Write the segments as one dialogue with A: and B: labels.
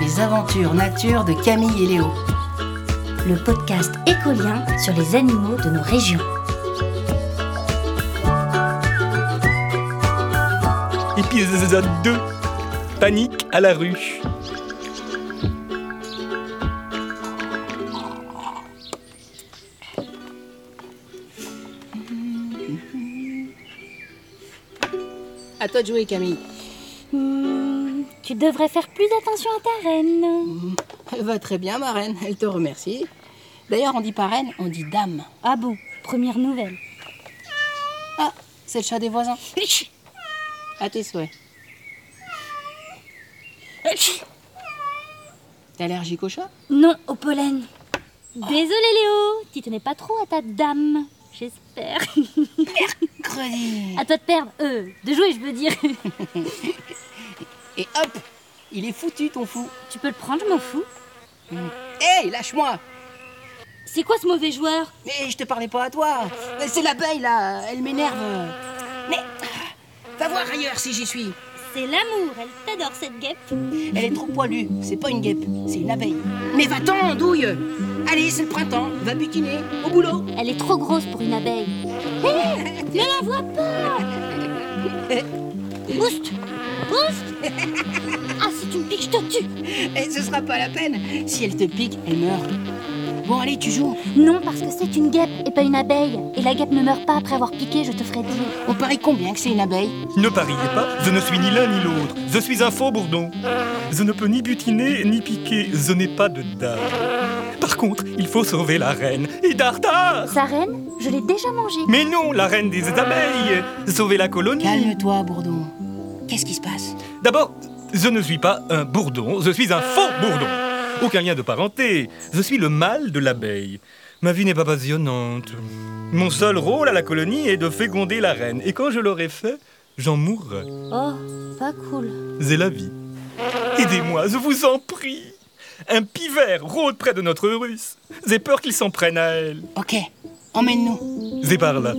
A: les aventures nature de Camille et Léo.
B: le podcast écolien sur les animaux de nos régions.
C: Épisode 2 Panique à la rue.
D: À toi de jouer, Camille.
B: Hmm, tu devrais faire plus attention à ta reine.
D: Elle va très bien, ma reine. Elle te remercie. D'ailleurs, on dit pas reine, on dit dame.
B: Ah bon, première nouvelle.
D: Ah, c'est le chat des voisins. À tes souhaits. T'es allergique au chat
B: Non, au pollen. Désolé Léo, tu tenais pas trop à ta dame. J'espère.
D: Creusy.
B: À toi de perdre, euh, de jouer, je veux dire.
D: Et hop Il est foutu, ton fou.
B: Tu peux le prendre, je m'en fous.
D: Hé, lâche-moi
B: C'est quoi ce mauvais joueur
D: Mais je te parlais pas à toi. Mais C'est l'abeille, là. Elle m'énerve. Mais. Va voir ailleurs si j'y suis.
B: C'est l'amour, elle t'adore cette guêpe.
D: Elle est trop poilue. C'est pas une guêpe, c'est une abeille. Mais va-t'en, douille Allez, c'est le printemps. Va butiner. Au boulot
B: Elle est trop grosse pour une abeille. Eh, Ne la vois pas Boost Boost Ah, si tu me piques, je te tue
D: Et ce sera pas la peine. Si elle te pique, elle meurt. Bon, allez, tu joues.
B: Non, parce que c'est une guêpe et pas une abeille. Et la guêpe ne meurt pas après avoir piqué, je te ferai dire.
D: On parie combien que c'est une abeille
C: Ne pariez pas, je ne suis ni l'un ni l'autre. Je suis un faux bourdon. Je ne peux ni butiner ni piquer. Je n'ai pas de dard. Par contre, il faut sauver la reine. Et d'Artar
B: Sa reine, je l'ai déjà mangée.
C: Mais non, la reine des abeilles Sauver la colonie
D: Calme-toi, Bourdon. Qu'est-ce qui se passe
C: D'abord, je ne suis pas un bourdon, je suis un faux bourdon. Aucun lien de parenté. Je suis le mâle de l'abeille. Ma vie n'est pas passionnante. Mon seul rôle à la colonie est de féconder la reine. Et quand je l'aurai fait, j'en mourrai.
B: Oh, pas cool.
C: C'est la vie. Aidez-moi, je vous en prie. Un pivert rôde près de notre russe. J'ai peur qu'il s'en prenne à elle.
D: Ok, emmène-nous.
C: C'est par là.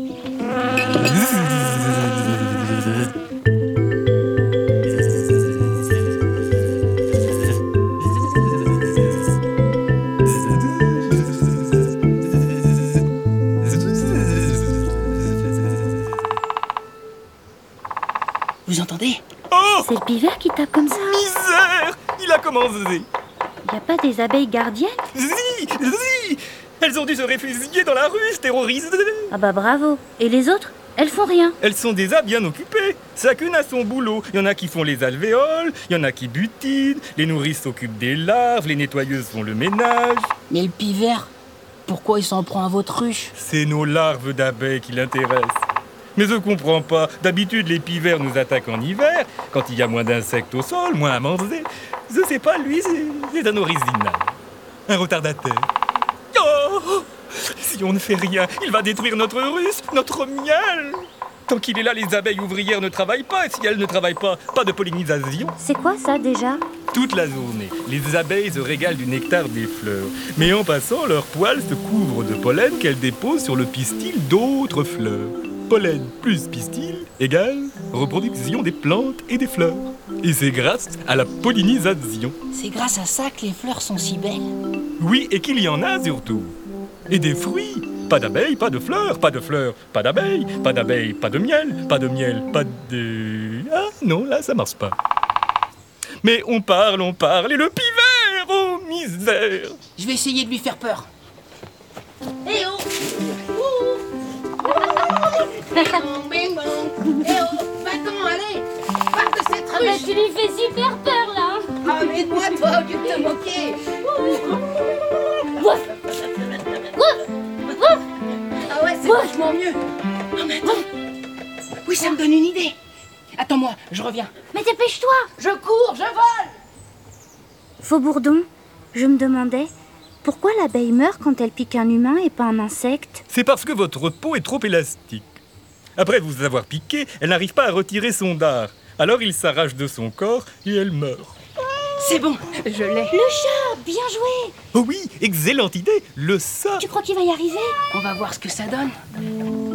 D: Vous entendez
C: Oh
B: C'est le pivert qui tape comme ça.
C: Misère Il a commencé.
B: Y a pas des abeilles gardiennes
C: Zi Zi Elles ont dû se réfugier dans la rue, terrorisées.
B: Ah bah bravo. Et les autres Elles font rien.
C: Elles sont déjà bien occupées. Chacune a son boulot. Il y en a qui font les alvéoles, il y en a qui butinent, les nourrices s'occupent des larves, les nettoyeuses font le ménage.
D: Mais le pivert, pourquoi il s'en prend à votre ruche
C: C'est nos larves d'abeilles qui l'intéressent. Mais je comprends pas. D'habitude, les pivers nous attaquent en hiver, quand il y a moins d'insectes au sol, moins à manger. Je sais pas, lui, c'est c'est un original. Un retardataire. Oh Si on ne fait rien, il va détruire notre russe, notre miel Tant qu'il est là, les abeilles ouvrières ne travaillent pas, et si elles ne travaillent pas, pas de pollinisation.
B: C'est quoi ça déjà
C: Toute la journée, les abeilles se régalent du nectar des fleurs, mais en passant, leurs poils se couvrent de pollen qu'elles déposent sur le pistil d'autres fleurs. Pollen plus pistil égale reproduction des plantes et des fleurs. Et c'est grâce à la pollinisation.
D: C'est grâce à ça que les fleurs sont si belles.
C: Oui, et qu'il y en a surtout. Et des fruits. Pas d'abeilles, pas de fleurs, pas de fleurs, pas d'abeilles, pas d'abeilles, pas de miel, pas de miel, pas de... Ah non, là, ça marche pas. Mais on parle, on parle, et le pivert, oh misère
D: Je vais essayer de lui faire peur.
B: Eh oh
D: Bing bong. Eh oh, va-t'en, allez Va de cette
B: Ah bah tu lui fais super peur là
D: Ah, aide-moi, toi, au lieu de te moquer
B: Wouf
D: Ah ouais, c'est vachement mieux Oh, mais attends Oui, ça me donne une idée Attends-moi, je reviens.
B: Mais dépêche-toi
D: Je cours, je vole
B: Faux bourdon, je me demandais pourquoi l'abeille meurt quand elle pique un humain et pas un insecte
C: C'est parce que votre peau est trop élastique. Après vous avoir piqué, elle n'arrive pas à retirer son dard. Alors il s'arrache de son corps et elle meurt.
D: C'est bon, je l'ai.
B: Le chat, bien joué
C: Oh oui, excellente idée, le chat
B: Tu crois qu'il va y arriver
D: On va voir ce que ça donne.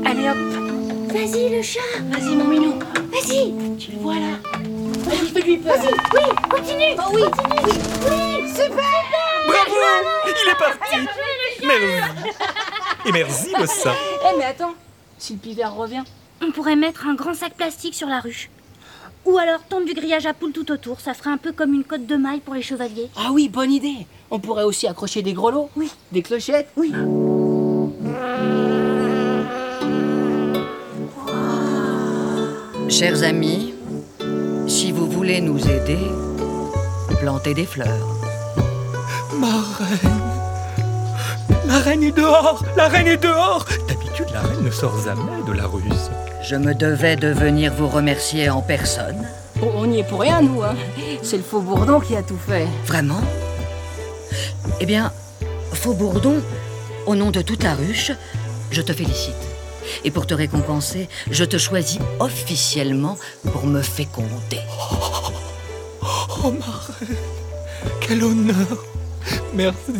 D: Allez hop,
B: Vas-y le chat
D: vas-y mon minou.
B: Vas-y
D: Tu le vois là Vas-y, fais-lui peur.
B: Oui Continue
D: Oh oui,
B: Continue Oui
C: Bravo Il est parti Merci Et merci, le saint.
E: Eh mais attends, si le pivert revient.
B: On pourrait mettre un grand sac plastique sur la ruche. Ou alors tendre du grillage à poules tout autour, ça ferait un peu comme une côte de maille pour les chevaliers.
D: Ah oui, bonne idée. On pourrait aussi accrocher des grelots. Oui. Des clochettes. Oui.
F: Chers amis, si vous voulez nous aider, plantez des fleurs.
C: Ma reine La reine est dehors La reine est dehors D'habitude, la reine ne sort jamais de la ruse.
F: Je me devais de venir vous remercier en personne.
E: On, on y est pour rien, nous, hein. C'est le faux bourdon qui a tout fait.
F: Vraiment Eh bien, Faubourdon, au nom de toute la ruche, je te félicite. Et pour te récompenser, je te choisis officiellement pour me féconder.
C: Oh, ma reine Quel honneur Merci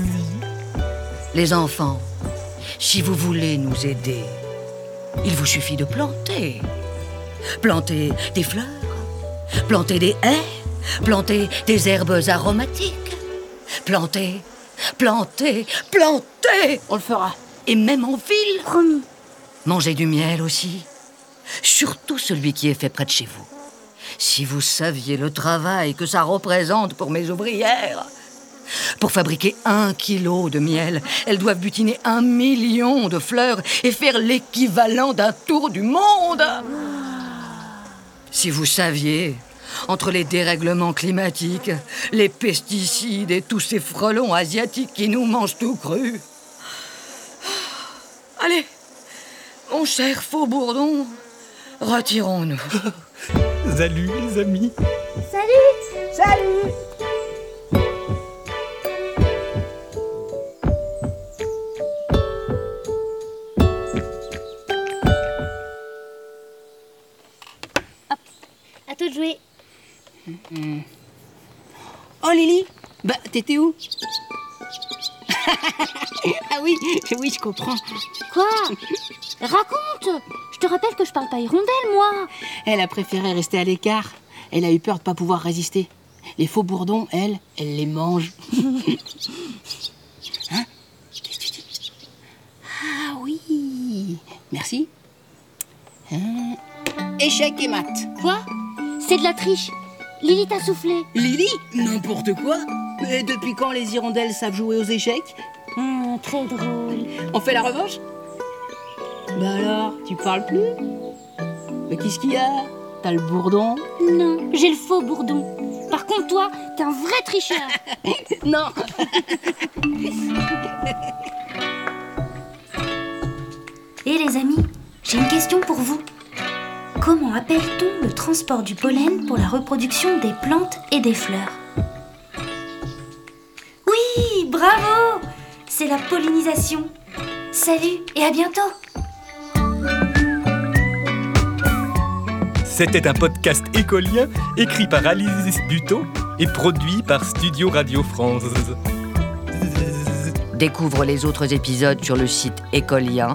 F: Les enfants, si vous voulez nous aider, il vous suffit de planter. Planter des fleurs, planter des haies, planter des herbes aromatiques, planter, planter, planter,
E: On le fera.
F: et même en ville.
B: Promis.
F: Mangez du miel aussi, surtout celui qui est fait près de chez vous. Si vous saviez le travail que ça représente pour mes ouvrières. Pour fabriquer un kilo de miel, elles doivent butiner un million de fleurs et faire l'équivalent d'un tour du monde. Si vous saviez, entre les dérèglements climatiques, les pesticides et tous ces frelons asiatiques qui nous mangent tout cru. Allez, mon cher Faubourdon, retirons-nous.
C: Salut, les amis
B: À toi de jouer.
D: Oh Lily, bah t'étais où Ah oui, oui, je comprends.
B: Quoi Raconte Je te rappelle que je parle pas hirondelle, moi
D: Elle a préféré rester à l'écart. Elle a eu peur de pas pouvoir résister. Les faux bourdons, elle, elle les mange. hein Qu'est-ce que tu dis Ah oui. Merci. Hein Échec et mat.
B: Quoi C'est de la triche. Lily t'a soufflé.
D: Lily N'importe quoi Mais depuis quand les hirondelles savent jouer aux échecs
B: Hum, très drôle.
D: On fait la revanche Bah alors, tu parles plus Mais qu'est-ce qu'il y a T'as le bourdon
B: Non, j'ai le faux bourdon. Par contre, toi, t'es un vrai tricheur.
D: Non
B: Et Eh, les amis, j'ai une question pour vous. Comment appelle-t-on le transport du pollen pour la reproduction des plantes et des fleurs Oui, bravo C'est la pollinisation. Salut et à bientôt
C: C'était un podcast écolien écrit par Alice Buteau et produit par Studio Radio France.
F: Découvre les autres épisodes sur le site écolien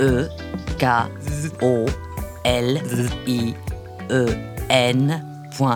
F: e k o l i e n.fr.